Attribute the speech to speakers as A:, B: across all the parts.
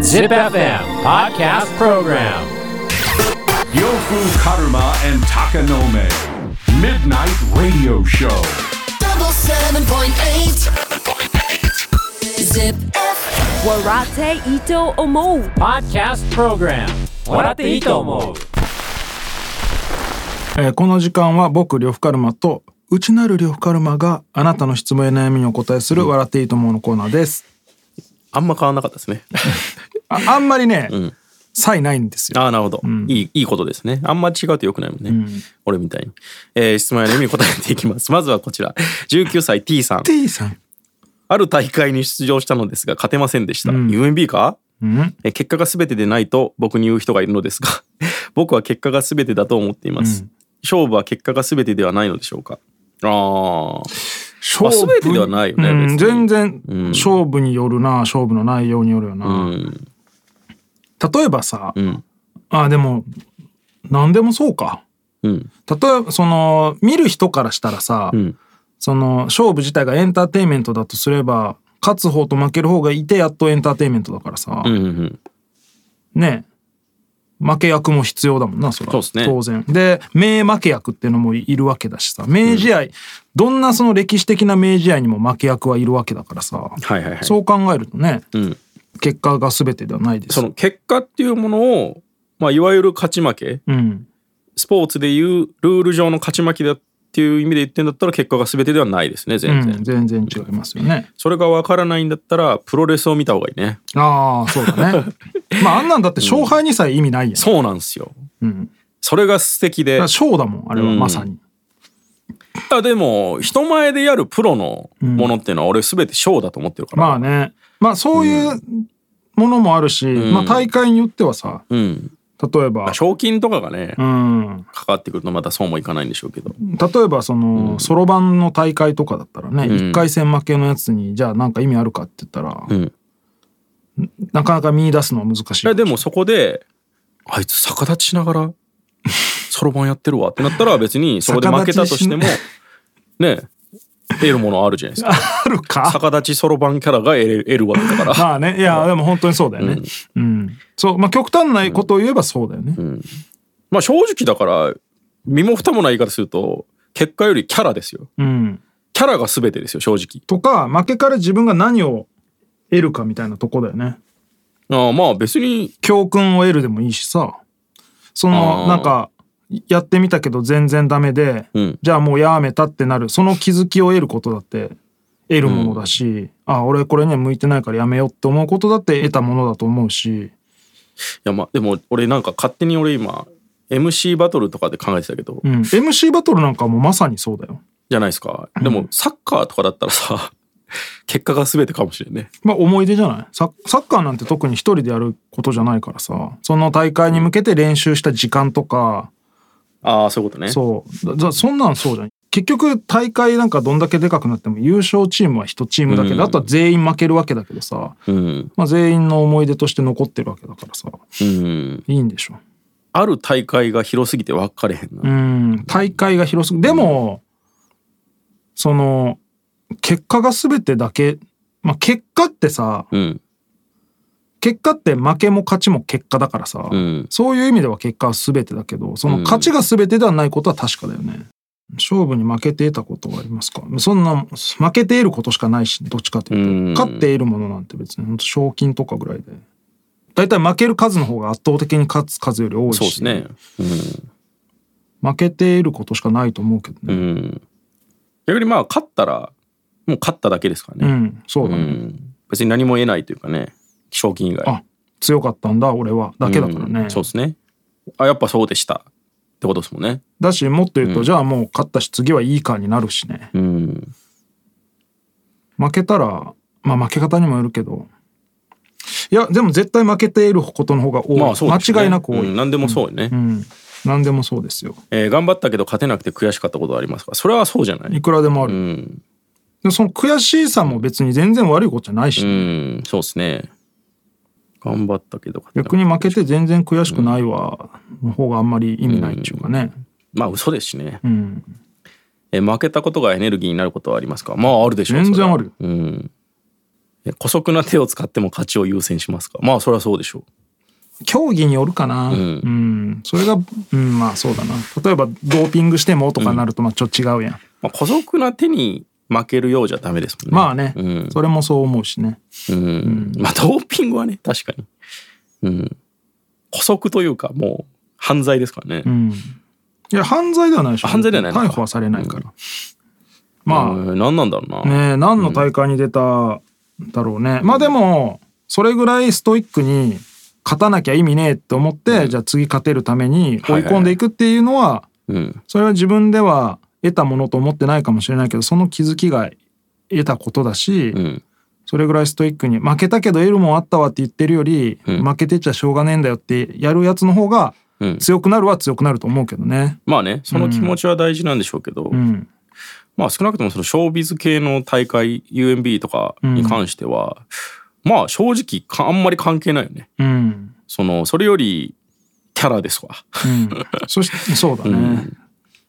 A: Zip FM Podcast Program
B: Yofu Karuma and Takanome. Midnight Radio Show.
C: double seven point eight. Zip.
D: Warate Ito Omo.
A: Podcast Program 笑っていいと思う
E: えーこの時間は僕呂布カルマと内なる呂布カルマがあなたの質問や悩みにお答えする「笑っていいと思う」のコーナーです
F: あんま変わんなかっ たですね。
E: ああんまりね、差異ないんですよ
F: ああ、なるほど、いい。いいことですね。あんま違うとよくないもんね。俺みたいに。えー質問や悩みに答えていきます。 まずはこちら。19歳 T さん。
E: T さん
F: ある大会に出場したのですが、勝てませんでした。UMB か、えー結果が全てでないと僕に言う人がいるのですが、 僕は結果が全てだと思っています。勝負は結果が全てではないのでしょうかああ。
E: 勝
F: まあ全てではないよね
E: うん
F: 別
E: 全
F: に
E: 然勝負によるな勝負の内容によるよな、
F: うん。
E: 例えばさ、
F: うん。
E: あでも何でもそうか
F: うん。
E: 例えばその見る人からしたらさ、
F: うん。
E: その勝負自体がエンターテインメントだとすれば勝つ方と負ける方がいてやっとエンターテインメントだからさ、
F: うん。うん。
E: ね負け役も必要だもんなそれは
F: そうっすね
E: 当然で名負け役っていうのもいるわけだしさ名試合、どんなその歴史的な名試合にも負け役はいるわけだからさ、
F: はいはいはい。
E: そう考えるとね、
F: ん
E: 結果が全てではないです
F: その結果っていうものを、まあ、いわゆる勝ち負け、
E: うん
F: スポーツでいうルール上の勝ち負けだっていう意味で言ってんだったら結果が全てではないですね、
E: う
F: 全然。
E: ん、全然違いますよね。
F: それが分からないんだったら、プロレスを見た方がいいね。
E: ああそうだ ね。まああんなんだって勝敗にさえ意味ないやん。
F: そうなんですよ。
E: うん、
F: それが素敵で
E: だから。勝だもんあれは
F: うん
E: まさに。
F: あでも、人前でやるプロのものっていうのは、俺全て賞だと思ってるから。
E: まあねまあそういうものもあるし、まあ大会によってはさ
F: うん。
E: 例えば
F: まあ、賞金とかがね
E: う、ん、
F: かかってくるとまたそうもいかないんでしょうけど。
E: 例えばそのそろばんの大会とかだったらね、
F: ん
E: 1回戦負けのやつにじゃあなんか意味あるかって言ったら、
F: うん。
E: なかなか見出すのは難しい
F: えでもそこであいつ逆立ちしな がらそろばんやってるわってなったら別にそこで負けたとしても
E: 逆
F: ね得るものあるじゃないですか
E: あるか
F: 逆立ちそろばんキャラが得れ得るわけだから
E: まあねいやでも本当にそうだよねうん、そうまあ極端なことを言えばそうだよね、
F: まあ正直だから身も蓋もない言い方すると結果よりキャラですよ
E: うん、
F: キャラが全てですよ正直
E: とか負けから自分が何を得るかみたいなとこだよね
F: ああまあ別に
E: 教訓を得るでもいいしさそ
F: あ
E: の
F: ー
E: なんかやってみたけど全然ダメで、
F: うん
E: じゃあもうやめたってなるその気づきを得ることだって得るものだし、あ俺これには向いてないからやめようって思うことだって得たものだと思うし
F: いやまあでも俺なんか勝手に俺今 MC バトルとかで考えてたけど、
E: うん MC バトルなんかもまさにそうだよ。
F: じゃないですかでもサッカーとかだったらさ 結果が全てかもしれんね
E: まあ思い出じゃないササッカーなんて特に一人でやることじゃないからさその大会に向けて練習した時間とか
F: ああそういうことね
E: そうだだそんなんそうじゃん結局大会なんかどんだけでかくなっても優勝チームは1チームだけで、あとは全員負けるわけだけどさ、
F: うん、
E: まあ、全員の思い出として残ってるわけだからさ
F: うん、
E: いいんでしょ
F: ある大会が広すぎて分かれへんな、
E: うん大会が広すぎでも、その結果が全てだけ、まあ、結果ってさ
F: うん
E: 結果って負けも勝ちも結果だからさ、
F: うん、
E: そういう意味では結果は全てだけどその勝ちが全てではないことは確かだよね。勝負に負けて得たことはありますかそんな負けて得ることしかないしどっちかというと、
F: うん
E: 勝って得るものなんて別に本当賞金とかぐらいで大体負ける数の方が圧倒的に勝つ数より多いし
F: そうですね
E: 負けて得ることしかないと思うけど
F: う
E: ね
F: ん逆にまあ勝ったらもう勝っただけですから
E: うん、
F: ね、
E: そうだね、
F: うん別に何も得ないというかね賞金以外
E: あ強かったんだ俺はだけだからね、
F: うんそうですねあやっぱそうでしたってことですもんね
E: だしもっと言うと、じゃあもう勝ったし次はいいカーになるしね
F: うん
E: 負けたらまあ負け方にもよるけどいやでも絶対負けていることの方が多い、
F: まあそうですね
E: 間違いなく多い、
F: うん何でもそうよね、
E: うん何でもそうですよ
F: えー頑張ったけど勝てなくて悔しかったことはありますかそれはそうじゃない
E: いくらでもある、
F: うん、
E: でその悔しさも別に全然悪いことじゃないし、
F: うん、そうですね頑張ったけど勝てなく
E: 逆
F: て
E: に負けて全然悔しくないわの方があんまり意味ないっていうかね
F: まあ嘘ですしね、
E: うん、
F: え負けたことがエネルギーになることはありますかまああるでしょう
E: 全然ある
F: それはうんね姑息な手を使っても勝ちを優先しますかまあそりゃそうでしょ
E: 競技によるかな、うんそれが、うん、まあそうだな例えばドーピングしてもとかなるとまあちょっと違うやん、
F: う、まあ、姑息な手に負けるようじゃダメですもんね
E: まあね、
F: うん
E: それもそう思うしね
F: うんまあドーピングはね確かにうん姑息というかもう犯罪ですからね、
E: うんいや犯罪ではないでしょ
F: 犯罪ではないのか
E: 逮捕はされないから、ま
F: あ何なんだろうな、
E: あねえ何の大会に出たんだろうね、まあでもそれぐらいストイックに勝たなきゃ意味ねえって思って、じゃあ次勝てるために追い込んでいくっていうのは、
F: うん
E: それは自分では得たものと思ってないかもしれないけどその気づきが得たことだし、
F: うん
E: それぐらいストイックに負けたけど得るもんあったわって言ってるより、
F: うん
E: 負けてちゃしょうがねえんだよってやるやつの方が
F: うん
E: 強くなるは強くなると思うけどね。
F: まあねその気持ちは大事なんでしょうけど、
E: うん、
F: まあ少なくともそのショービズ系の大会 UMB とかに関しては、まあ正直かあんまり関係ないよね
E: うん、
F: そのそれよりキャラです わ
E: うん、そして そうだね、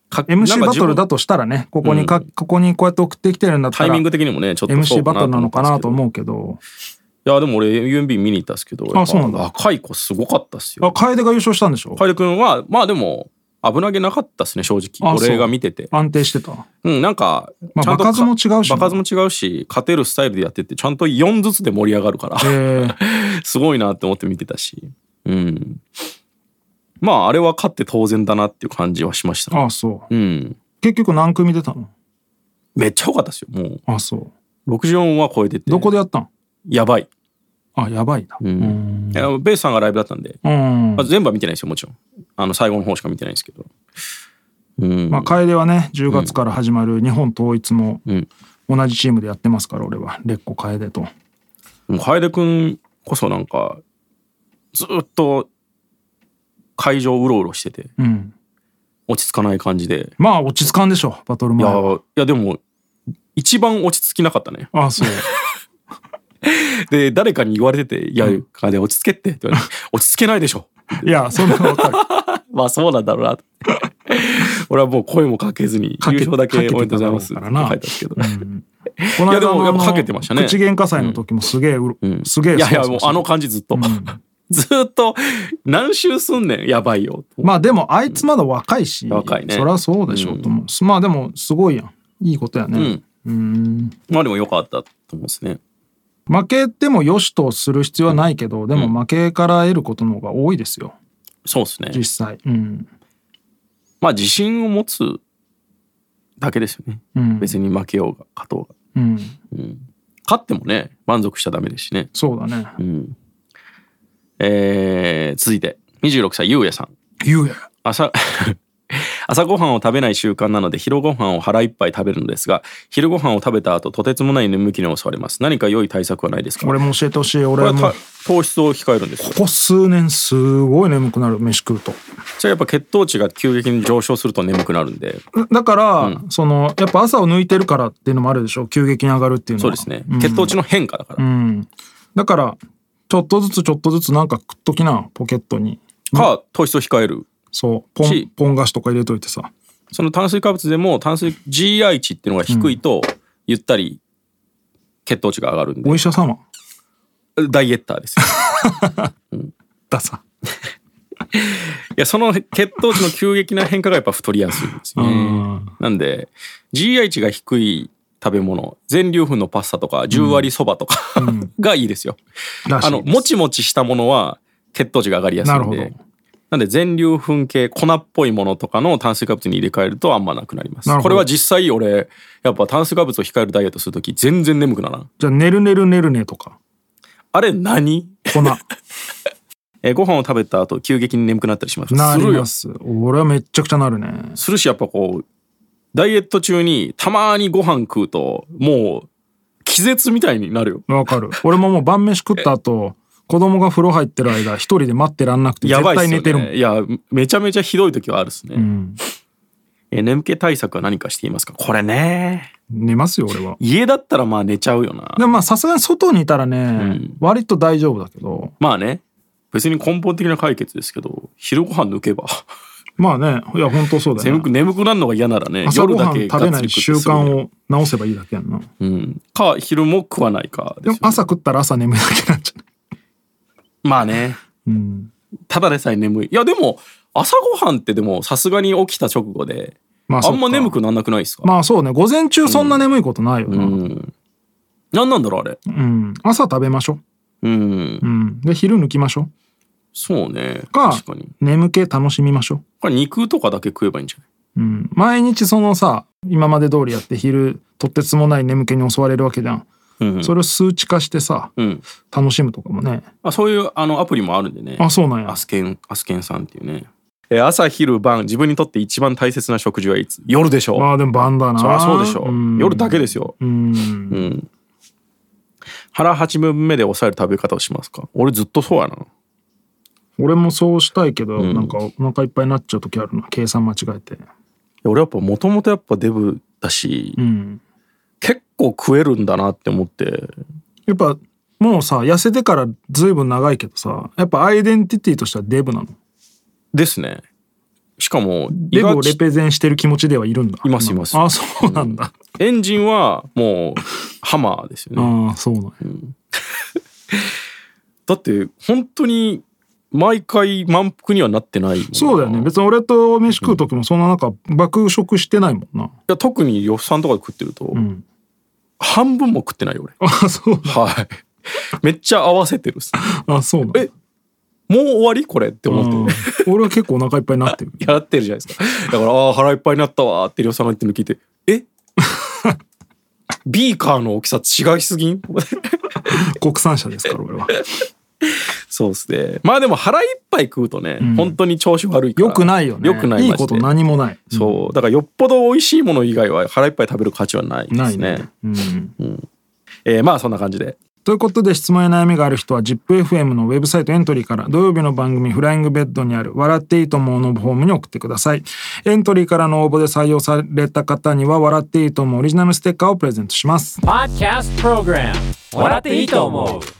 F: かなん
E: MC
F: か
E: バ
F: 自
E: ト
F: 分
E: ルだとしたらねここにか、ここにこうやって送ってきてるんだった
F: タ
E: ら
F: イミング的にもねちょっと
E: MC バトルなのかなと
F: う
E: 思うけど
F: いやでも俺 UMB 見に行ったんですけどやっぱ
E: そうなんだ
F: 若い子すごかったっす
E: あ
F: よ
E: 楓が優勝したんでしょ
F: 楓君はまあでも危なげなかったっすね正直
E: あそう
F: 俺が見てて
E: 安定してた
F: うん、なんか、
E: まあ
F: ちゃんと
E: 場数も違うしな
F: 場数も違うし、勝てるスタイルでやってて、ちゃんと4ずつで盛り上がるから、
E: えー
F: すごいなって思って見てたし、うん。まあ、あれは勝って当然だなっていう感じはしましたね。
E: あそう
F: うん。
E: 結局何組出たの
F: めっちゃ良かったですよ。も
E: あそう
F: う、64は超えてて、
E: どこでやったん
F: やばい。
E: あやばいなう
F: うん
E: ん
F: いやベースさんがライブだったんで、
E: うん
F: まあ、全部は見てないですよ、もちろん。あの、最後の方しか見てないんですけど。うん。
E: まあ楓はね10月から始まる日本統一も
F: うん。
E: 同じチームでやってますから俺はレッコ楓と
F: でも楓くんこそなんか、ずっと、会場をうろうろしてて、
E: うん
F: 落ち着かない感じで。
E: まあ落ち着かんでしょバトル
F: い
E: 前
F: や、
E: はい
F: やでも、一番落ち着きなかったね。
E: あそう
F: で、誰かに言われてて、いや、楓落ち着けってって言わ れて、落ち着けないでしょ。
E: いやそんなの分かる
F: まあそうなんだろうなって。俺はもう声もかけずに、
E: かけ
F: 優勝だけおめでとうございますっ
E: か
F: て
E: け
F: 書
E: て
F: い
E: ただろうからな
F: たんですけど。
E: こ
F: いやでも
E: の
F: やっ
E: あ
F: ぱかけてましたね
E: 口喧嘩祭の時もすげえうろ
F: うん
E: すげえ
F: いやいや、
E: そ
F: もう
E: そそ
F: あの感じずっと。ずっと、何周すんねん、やばいよ。
E: まあでもあいつまだ若いし
F: 若いね
E: そりゃそうでしょうと思うまあでもすごいやんいいことや
F: う
E: ね
F: ん。まあでもよかったと思うんですね。
E: 負けてもよしとする必要はないけどでも負けから得ることの方が多いですよ
F: そうですね。
E: 実際うん
F: まあ自信を持つだけですよね。
E: うん
F: 別に負けようが勝とうが。
E: うん
F: 勝ってもね、満足しちゃダメですしね。
E: そうだね
F: うんえー続いて26歳ゆうやさん
E: 言うや
F: 朝 朝ごはんを食べない習慣なので昼ごはんを腹いっぱい食べるのですが昼ごはんを食べた後とてつもない眠気に襲われます何か良い対策はないですか
E: 俺も教えてほしい
F: こ
E: 俺
F: れ
E: は
F: は
E: もう
F: た糖質を控えるんですよ
E: ここ数年すごい眠くなる飯食うと
F: じゃあやっぱ血糖値が急激に上昇すると眠くなるんで
E: だから、そのやっぱ朝を抜いてるからっていうのもあるでしょ急激に上がるっていうの
F: そう
E: は
F: ですね血糖値の変化だから、
E: うんだからちょっとずつちょっとずつなんか食っときなポケットに
F: か糖質を控える
E: そうポ
F: し
E: ンポン菓子とか入れといてさ
F: その炭水化物でも炭水 GI 値っていうのが低いと、ゆったり血糖値が上がるんで
E: お医者様
F: ダイエッターですよ
E: ださ
F: いや、その血糖値の急激な変化がやっぱ太りやすいんですよね。なんで、GI 値が低い食べ物、全粒粉のパスタとか、10割そばとか、 がいいですよ。
E: らしい
F: あの、もちもちしたものは血糖値が上がりやすいん
E: なる
F: で
E: ほど。
F: なんで全粒粉系粉っぽいものとかの炭水化物に入れ替えるとあんまなくなります
E: なるほ
F: こ
E: ど
F: れは実際俺やっぱ炭水化物を控えるダイエットするとき全然眠くならん
E: じゃあ「ねるねるねるね」とか
F: あれ何、
E: 粉
F: えーご飯を食べた後急激に眠くなったりします
E: な
F: す
E: り
F: るよ
E: ます俺はめっちゃくちゃなるね
F: するしやっぱこうダイエット中にたまにご飯食うともう気絶みたいになるよ
E: わかる俺ももう晩飯食った後子供が風呂入ってる間一人で待ってらんなくて
F: や
E: 絶
F: ばいっ
E: 対
F: すよ、ね、
E: 寝てるもん
F: いやめちゃめちゃひどい時はあるっすね、
E: うん
F: え眠気対策は何かしていますかこれね
E: 寝ますよ俺は
F: 家だったらまあ寝ちゃうよな
E: でもまあさすがに外にいたらね、
F: ん
E: 割と大丈夫だけど
F: まあね別に根本的な解決ですけど昼ご飯抜けば
E: まあねいや本当そうだよ、
F: 眠く
E: ね、
F: 眠くなるのが嫌ならね
E: 朝
F: 夜
E: ご
F: だ
E: はん
F: け
E: 食べ
F: がっ
E: な
F: つり
E: い
F: 食って
E: 習慣
F: すぐ
E: を直せばいいだけやんな
F: 寝る、うん、か昼も食わないか
E: で
F: で
E: も
F: すよね
E: 朝食ったら朝眠いだけになっちゃう
F: まあね
E: うん
F: ただでさえ眠いいやでも朝ごはんってでもさすがに起きた直後で
E: まあ
F: あんま眠く
E: な
F: なんなくないですか、
E: まあそうね午前中そんな眠いことないよ
F: う
E: な、うん
F: ん何なんだろうあれ
E: 朝食べましょ
F: うん
E: う、うん、で昼抜きましょ
F: そうね
E: うか
F: 確かに
E: 眠気楽しみましょ、
F: これ肉とかだけ食えばいいんじゃないう
E: うん、毎日そのさ今まで通りやって昼とってつもない眠気に襲われるわけじゃん、
F: うん
E: それを数値化してさ
F: うん、
E: 楽しむとかもね
F: あそういうあのアプリもあるんでね
E: あそうなんや
F: アスケンアスケンさんっていうねえー朝昼晩自分にとって一番大切な食事はいつ夜でしょう、
E: まあでも晩だな
F: そりゃそうでしょう、
E: ん
F: 夜だけですよ、
E: うん
F: うん、腹8分目で抑える食べ方をしますか俺ずっとそうやな
E: 俺もそうしたいけど、なんかお腹いっぱいになっちゃう時あるな計算間違えて
F: 俺やっぱもともとやっぱデブだし、
E: うん
F: 結構食えるんだなって思って
E: やっぱもうさ痩せてからずいぶん長いけどさやっぱアイデンティティとしてはデブなの
F: ですねしかも
E: デブをレ
F: 胃が
E: ペゼンしてる気持ちではいるんだ
F: いますいます
E: あそうなんだ、
F: エンジンはもうハマーですよね、
E: ああそうなんや
F: だって本当に毎回満腹にはなってないもんな
E: そうだよね別に俺と飯食う時もそんな中爆食してないもんな、
F: いや特に予算とかで食ってると、
E: ん
F: 半分も食ってないよ俺
E: あそう
F: はいめっちゃ合わせてるっす
E: あそうなんだ
F: えもう終わりこれって
E: う
F: 思
E: ん
F: って
E: 俺は結構お腹いっぱいになって る
F: やってるじゃないですかだからあー腹いっぱいになったわーって量産が言ってるの聞いて えビーカーの大きさ違い すぎん
E: 国産車ですから俺 は
F: そうっすねまあでも腹いっぱい食うとね、本当に調子悪いから
E: よくないよね
F: よくない
E: い
F: マジ
E: こ
F: で
E: と何もない
F: そうだからよっぽど美味しいもの以外は腹いっぱい食べる価値はないですね
E: ないね、うん、
F: えーまあそんな感じで
E: ということで質問や悩みがある人は ZIPFM のウェブサイトエントリーから土曜日の番組フライングベッドにある笑っていいと思うのフォームに送ってください。エントリーからの応募で採用された方には笑っていいと思うオリジナルステッカーをプレゼントします。
A: Podcast Program 笑っていいと思う